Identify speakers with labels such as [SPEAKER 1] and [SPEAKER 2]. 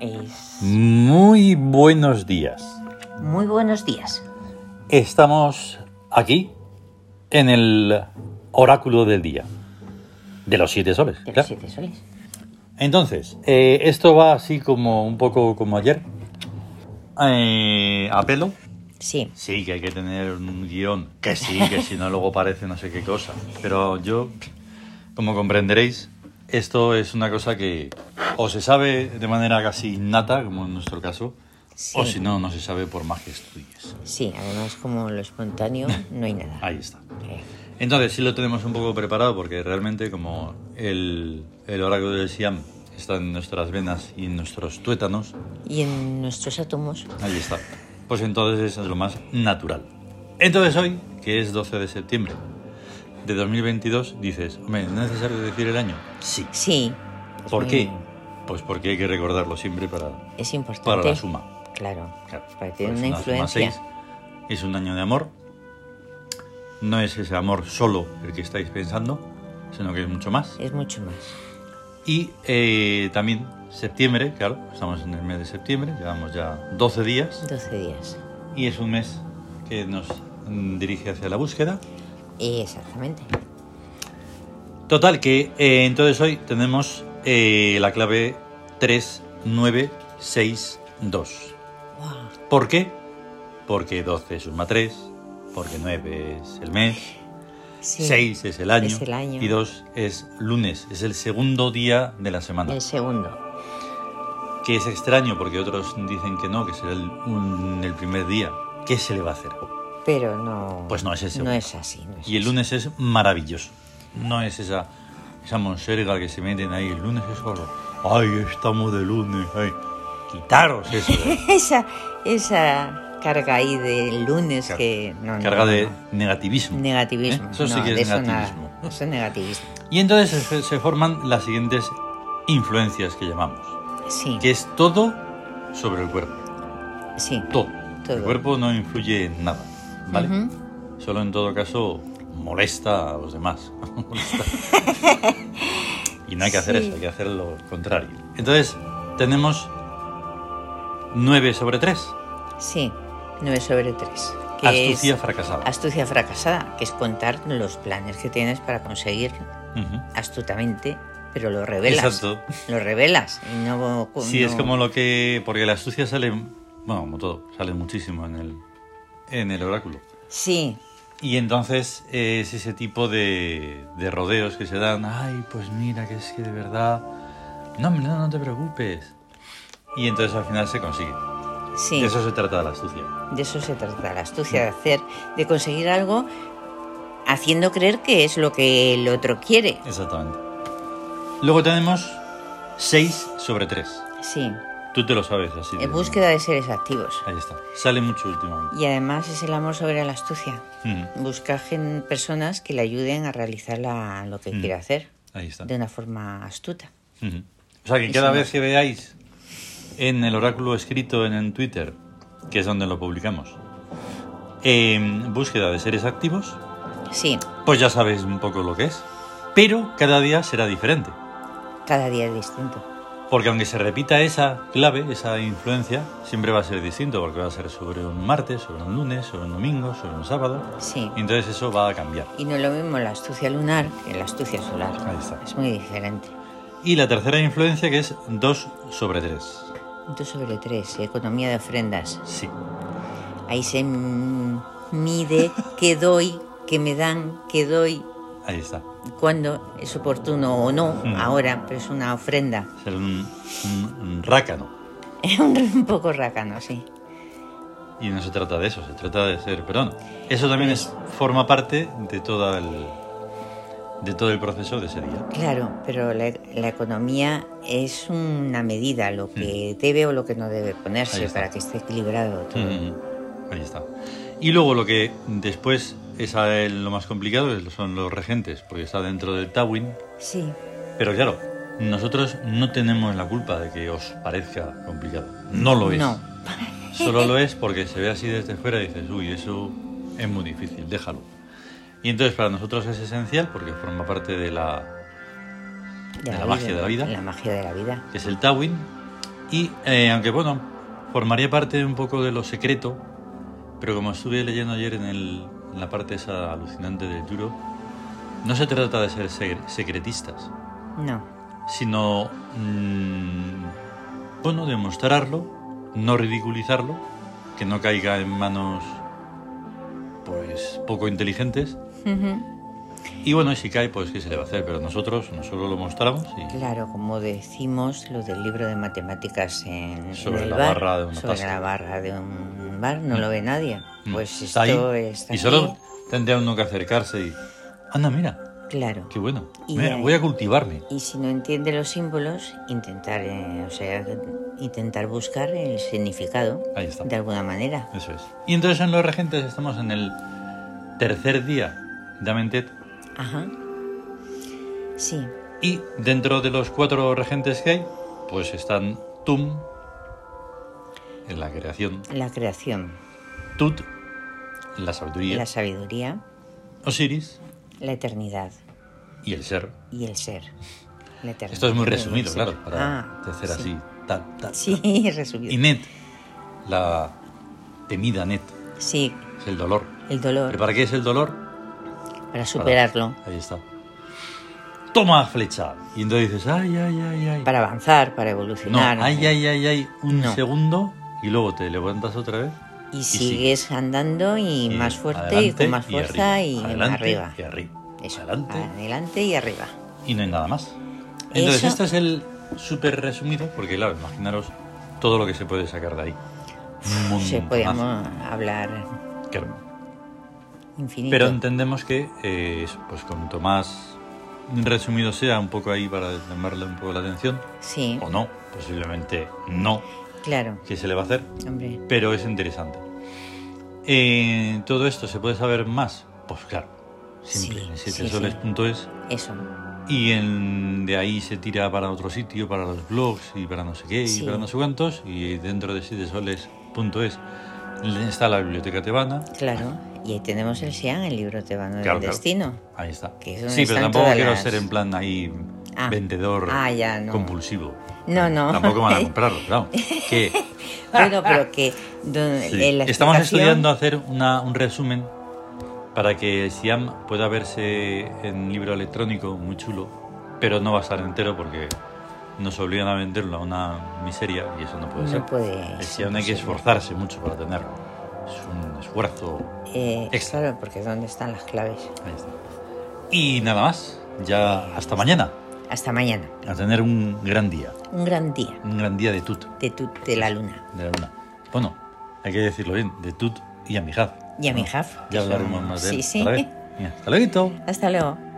[SPEAKER 1] Es...
[SPEAKER 2] Muy buenos días.
[SPEAKER 1] Muy buenos días.
[SPEAKER 2] Estamos aquí en el oráculo del día. De los siete soles.
[SPEAKER 1] De los
[SPEAKER 2] claro.
[SPEAKER 1] siete soles.
[SPEAKER 2] Entonces, eh, esto va así como un poco como ayer. Eh, a pelo.
[SPEAKER 1] Sí.
[SPEAKER 2] Sí, que hay que tener un guión. Que sí, que si no luego parece no sé qué cosa. Pero yo, como comprenderéis, esto es una cosa que o se sabe de manera casi innata, como en nuestro caso,
[SPEAKER 1] Sí.
[SPEAKER 2] o si no, no se sabe por más que estudies.
[SPEAKER 1] Sí, además como lo espontáneo no hay nada.
[SPEAKER 2] Ahí está.
[SPEAKER 1] Eh,
[SPEAKER 2] Entonces sí lo tenemos un poco preparado porque realmente como el, el oráculo del Siam está en nuestras venas y en nuestros tuétanos,
[SPEAKER 1] Y en nuestros átomos,
[SPEAKER 2] Ahí está. Pues entonces es lo más natural. Entonces hoy, que es 12 de septiembre de 2022, dices, hombre, ¿no es necesario decir el año? Sí.
[SPEAKER 1] sí. es
[SPEAKER 2] ¿Por
[SPEAKER 1] muy-
[SPEAKER 2] qué? Pues porque hay que recordarlo siempre para,
[SPEAKER 1] Es
[SPEAKER 2] para
[SPEAKER 1] importante.
[SPEAKER 2] la suma.
[SPEAKER 1] Claro.
[SPEAKER 2] Claro.
[SPEAKER 1] Para tener
[SPEAKER 2] Es
[SPEAKER 1] una
[SPEAKER 2] suma
[SPEAKER 1] influencia.
[SPEAKER 2] Pues seis. es un año de amor. No es ese amor solo el que estáis pensando, sino que es mucho más.
[SPEAKER 1] Es mucho más.
[SPEAKER 2] Y eh, también septiembre, claro, estamos en el mes de septiembre, llevamos ya 12 días.
[SPEAKER 1] 12 días.
[SPEAKER 2] Y es un mes que nos mm, dirige hacia la búsqueda.
[SPEAKER 1] Exactamente.
[SPEAKER 2] Total, que eh, entonces hoy tenemos eh, la clave 3962.
[SPEAKER 1] Wow.
[SPEAKER 2] ¿Por qué? Porque 12 suma 3, porque 9 es el mes,
[SPEAKER 1] Sí.
[SPEAKER 2] 6 es el, año,
[SPEAKER 1] Es el año.
[SPEAKER 2] y 2 es lunes, es el segundo día de la semana.
[SPEAKER 1] El segundo.
[SPEAKER 2] Que es extraño porque otros dicen que no, que será el, un- el primer día. ¿Qué se le va a hacer?
[SPEAKER 1] Pero no.
[SPEAKER 2] Pues no, es el segundo.
[SPEAKER 1] No es así. no es
[SPEAKER 2] Y el
[SPEAKER 1] así.
[SPEAKER 2] lunes es maravilloso. No es esa, esa monserga que se meten ahí. El lunes es solo. Ay, estamos de lunes. Ay. Quitaros eso. de-
[SPEAKER 1] Esa, esa carga ahí del lunes
[SPEAKER 2] Car-
[SPEAKER 1] que. No, no,
[SPEAKER 2] carga
[SPEAKER 1] no,
[SPEAKER 2] de
[SPEAKER 1] no.
[SPEAKER 2] negativismo.
[SPEAKER 1] Negativismo.
[SPEAKER 2] ¿Eh? Eso sí
[SPEAKER 1] no,
[SPEAKER 2] que
[SPEAKER 1] de
[SPEAKER 2] es
[SPEAKER 1] eso nada.
[SPEAKER 2] negativismo.
[SPEAKER 1] Eso es negativismo.
[SPEAKER 2] Y entonces se, se forman las siguientes influencias que llamamos.
[SPEAKER 1] Sí.
[SPEAKER 2] Que es todo sobre el cuerpo.
[SPEAKER 1] Sí.
[SPEAKER 2] Todo. El
[SPEAKER 1] Todo.
[SPEAKER 2] cuerpo no influye en nada. ¿Vale?
[SPEAKER 1] Ujú.
[SPEAKER 2] Solo en todo caso molesta a los demás. Molesta. y no hay que hacer
[SPEAKER 1] Sí.
[SPEAKER 2] eso, hay que hacer lo contrario. Entonces, tenemos 9 sobre 3.
[SPEAKER 1] Sí. 9 sobre 3.
[SPEAKER 2] Astucia fracasada.
[SPEAKER 1] astucia fracasada, que es contar los planes que tienes para conseguirlo
[SPEAKER 2] Ujú.
[SPEAKER 1] astutamente, pero lo revelas.
[SPEAKER 2] Exacto.
[SPEAKER 1] Lo revelas. Y no,
[SPEAKER 2] Sí,
[SPEAKER 1] Pues no-
[SPEAKER 2] es como lo que... Porque la astucia sale... Bueno, como todo, sale muchísimo en el, en el oráculo.
[SPEAKER 1] Sí,
[SPEAKER 2] Y entonces eh, es ese tipo de, de rodeos que se dan. Ay, pues mira, que es que de verdad... No, hombre, no, no te preocupes. Y entonces al final se consigue.
[SPEAKER 1] sí.
[SPEAKER 2] De eso se trata la astucia.
[SPEAKER 1] De eso se trata, la astucia de hacer, de conseguir algo haciendo creer que es lo que el otro quiere.
[SPEAKER 2] Exactamente. Luego tenemos 6 sobre 3.
[SPEAKER 1] Sí,
[SPEAKER 2] Tú te lo sabes así. de-
[SPEAKER 1] en búsqueda de seres activos.
[SPEAKER 2] Ahí está. Sale mucho últimamente.
[SPEAKER 1] Y además es el amor sobre la astucia.
[SPEAKER 2] Mm,
[SPEAKER 1] Buscar gen- personas que le ayuden a realizar la- lo que
[SPEAKER 2] Mm.
[SPEAKER 1] quiere hacer
[SPEAKER 2] Ahí está.
[SPEAKER 1] de una forma astuta.
[SPEAKER 2] Mm. O sea que
[SPEAKER 1] Y
[SPEAKER 2] cada
[SPEAKER 1] sin
[SPEAKER 2] vez
[SPEAKER 1] más.
[SPEAKER 2] que veáis en el oráculo escrito en, en Twitter, que es donde lo publicamos, em, búsqueda de seres activos,
[SPEAKER 1] Sí,
[SPEAKER 2] pues ya sabéis un poco lo que es. Pero cada día será diferente.
[SPEAKER 1] cada día es distinto.
[SPEAKER 2] Porque aunque se repita esa clave, esa influencia, siempre va a ser distinto, porque va a ser sobre un martes, sobre un lunes, sobre un domingo, sobre un sábado.
[SPEAKER 1] Sí.
[SPEAKER 2] Y Entonces eso va a cambiar.
[SPEAKER 1] Y no es lo mismo la astucia lunar que la astucia solar.
[SPEAKER 2] Ahí está.
[SPEAKER 1] Es muy diferente.
[SPEAKER 2] Y la tercera influencia que es 2 sobre 3.
[SPEAKER 1] 2 sobre 3, economía de ofrendas.
[SPEAKER 2] Sí.
[SPEAKER 1] Ahí se mm, mide qué doy, qué me dan, qué doy,
[SPEAKER 2] Ahí está.
[SPEAKER 1] cuándo es oportuno o no,
[SPEAKER 2] Mm.
[SPEAKER 1] ahora, pero es una ofrenda.
[SPEAKER 2] Es un, un- un rácano.
[SPEAKER 1] Es un, un poco rácano, sí.
[SPEAKER 2] Y no se trata de eso, se trata de ser perdón. Eso también es, forma parte de, toda el, de todo el proceso de ese día.
[SPEAKER 1] Claro, pero la, la economía es una medida, lo que debe o lo que no debe
[SPEAKER 2] Mm. Ahí
[SPEAKER 1] ponerse
[SPEAKER 2] está.
[SPEAKER 1] para que esté equilibrado todo.
[SPEAKER 2] Mm, Ahí está. Y luego lo que después es a- lo más complicado es- son los regentes, porque está dentro del Tawin.
[SPEAKER 1] Sí,
[SPEAKER 2] Pero claro, nosotros no tenemos la culpa de que os parezca complicado. No lo es.
[SPEAKER 1] No.
[SPEAKER 2] Solo lo es porque se ve así desde fuera y dices, uy, eso es muy difícil, déjalo. Y entonces para nosotros es esencial porque forma parte de la...
[SPEAKER 1] de
[SPEAKER 2] la magia de la vida.
[SPEAKER 1] La magia de la vida.
[SPEAKER 2] que es el Tawin. Y eh, aunque bueno, formaría parte un poco de lo secreto, pero como estuve leyendo ayer en, el- en la parte esa alucinante del Duro, no se trata de ser segre- secretistas,
[SPEAKER 1] No.
[SPEAKER 2] sino, mm, bueno, demostrarlo, no ridiculizarlo, que no caiga en manos, pues, poco inteligentes.
[SPEAKER 1] Ujú.
[SPEAKER 2] Y bueno, y si cae, pues, ¿qué se le va a hacer? Pero nosotros, nosotros lo mostramos y...
[SPEAKER 1] Claro, como decimos lo del libro de matemáticas en, en
[SPEAKER 2] Sobre
[SPEAKER 1] el
[SPEAKER 2] la
[SPEAKER 1] bar,
[SPEAKER 2] barra de una
[SPEAKER 1] sobre
[SPEAKER 2] pasta.
[SPEAKER 1] la barra de un bar, no lo ve nadie.
[SPEAKER 2] Mm,
[SPEAKER 1] Pues esto
[SPEAKER 2] está ahí,
[SPEAKER 1] está
[SPEAKER 2] y
[SPEAKER 1] aquí.
[SPEAKER 2] solo tendría uno que acercarse y... Anda, mira,
[SPEAKER 1] Claro.
[SPEAKER 2] qué bueno.
[SPEAKER 1] Y
[SPEAKER 2] Mira,
[SPEAKER 1] ahí-
[SPEAKER 2] voy a cultivarme.
[SPEAKER 1] Y si no entiende los símbolos, intentar, eh, o sea, intentar buscar el significado
[SPEAKER 2] Ahí está.
[SPEAKER 1] de alguna manera.
[SPEAKER 2] Eso es. Y entonces en Los Regentes estamos en el tercer día de Amentet.
[SPEAKER 1] Ajá. Sí,
[SPEAKER 2] Y dentro de los cuatro regentes que hay, pues están Tum, en la creación,
[SPEAKER 1] la creación,
[SPEAKER 2] Tut, en la sabiduría,
[SPEAKER 1] la sabiduría,
[SPEAKER 2] Osiris
[SPEAKER 1] la eternidad
[SPEAKER 2] y el ser.
[SPEAKER 1] y el ser. La eternidad
[SPEAKER 2] Esto es muy
[SPEAKER 1] y el
[SPEAKER 2] resumido,
[SPEAKER 1] ser.
[SPEAKER 2] claro, para
[SPEAKER 1] Ah,
[SPEAKER 2] hacer
[SPEAKER 1] sí.
[SPEAKER 2] así. ta, ta.
[SPEAKER 1] Sí, resumido.
[SPEAKER 2] Y Net, la temida Net,
[SPEAKER 1] Sí,
[SPEAKER 2] es el dolor.
[SPEAKER 1] el
[SPEAKER 2] ¿Pero
[SPEAKER 1] dolor,
[SPEAKER 2] para qué es el dolor?
[SPEAKER 1] para superarlo,
[SPEAKER 2] Ahí está. Toma flecha. Y entonces dices, ay, ay, ay, ay.
[SPEAKER 1] para avanzar, para
[SPEAKER 2] No,
[SPEAKER 1] evolucionar. o
[SPEAKER 2] ay,
[SPEAKER 1] sea,
[SPEAKER 2] ay, ay, ay, un
[SPEAKER 1] No.
[SPEAKER 2] segundo y luego te levantas otra vez.
[SPEAKER 1] Y
[SPEAKER 2] sigues.
[SPEAKER 1] sigues andando y,
[SPEAKER 2] Y
[SPEAKER 1] más fuerte y
[SPEAKER 2] adelante
[SPEAKER 1] con más fuerza y
[SPEAKER 2] Adelante
[SPEAKER 1] arriba.
[SPEAKER 2] Y arriba.
[SPEAKER 1] Eso,
[SPEAKER 2] adelante
[SPEAKER 1] adelante y arriba.
[SPEAKER 2] y no hay nada más. Entonces,
[SPEAKER 1] Eso-
[SPEAKER 2] este es el súper resumido, porque claro, imaginaros todo lo que se puede sacar de ahí. Un
[SPEAKER 1] Se
[SPEAKER 2] montonazo.
[SPEAKER 1] podíamos hablar
[SPEAKER 2] Claro.
[SPEAKER 1] infinito.
[SPEAKER 2] Pero entendemos que, eh, eso, pues cuanto más resumido sea, un poco ahí para llamarle un poco la atención,
[SPEAKER 1] sí,
[SPEAKER 2] o no, posiblemente no,
[SPEAKER 1] claro,
[SPEAKER 2] ¿qué se le va a hacer?
[SPEAKER 1] hombre.
[SPEAKER 2] pero es interesante. Eh, ¿Todo esto se puede saber más? Pues claro, simple,
[SPEAKER 1] Sí,
[SPEAKER 2] en
[SPEAKER 1] sí,
[SPEAKER 2] sietesoles.es
[SPEAKER 1] Eso,
[SPEAKER 2] y en- de ahí se tira para otro sitio, para los blogs y para no sé qué
[SPEAKER 1] Sí.
[SPEAKER 2] y para no sé cuántos y dentro de sietesoles.es está la biblioteca tebana.
[SPEAKER 1] claro. Y ahí tenemos el SEAN, el libro tebano del
[SPEAKER 2] Claro, claro.
[SPEAKER 1] destino.
[SPEAKER 2] Ahí está.
[SPEAKER 1] Que es donde
[SPEAKER 2] Sí, pero
[SPEAKER 1] están
[SPEAKER 2] tampoco
[SPEAKER 1] todas
[SPEAKER 2] quiero
[SPEAKER 1] las-
[SPEAKER 2] ser en plan ahí
[SPEAKER 1] Ah.
[SPEAKER 2] vendedor
[SPEAKER 1] Ah, ya, no.
[SPEAKER 2] compulsivo.
[SPEAKER 1] No, no.
[SPEAKER 2] Tampoco van a comprarlo, claro. Que,
[SPEAKER 1] Bueno, pero que don-
[SPEAKER 2] Sí.
[SPEAKER 1] eh, la
[SPEAKER 2] Estamos
[SPEAKER 1] explicación-
[SPEAKER 2] estudiando hacer una- un resumen para que Siam pueda verse en libro electrónico muy chulo, pero no va a estar entero porque nos obligan a venderlo a una miseria y eso no puede
[SPEAKER 1] No
[SPEAKER 2] ser.
[SPEAKER 1] puede
[SPEAKER 2] El
[SPEAKER 1] ser
[SPEAKER 2] Siam hay que
[SPEAKER 1] posible.
[SPEAKER 2] esforzarse mucho para tenerlo. Es un esfuerzo.
[SPEAKER 1] Eh,
[SPEAKER 2] Extra.
[SPEAKER 1] claro, porque ¿dónde están las claves?
[SPEAKER 2] Ahí está. Y nada más. Ya hasta mañana.
[SPEAKER 1] Hasta mañana.
[SPEAKER 2] A tener un gran día.
[SPEAKER 1] Un gran día
[SPEAKER 2] Un gran día de Tut,
[SPEAKER 1] de, tu- de la luna.
[SPEAKER 2] de la luna. Bueno, hay que decirlo bien, de Tut y Amijad.
[SPEAKER 1] Y a mi
[SPEAKER 2] Ah, Ya hablaremos más de él.
[SPEAKER 1] Sí, sí.
[SPEAKER 2] otra vez. Venga, Hasta luego.
[SPEAKER 1] Hasta luego.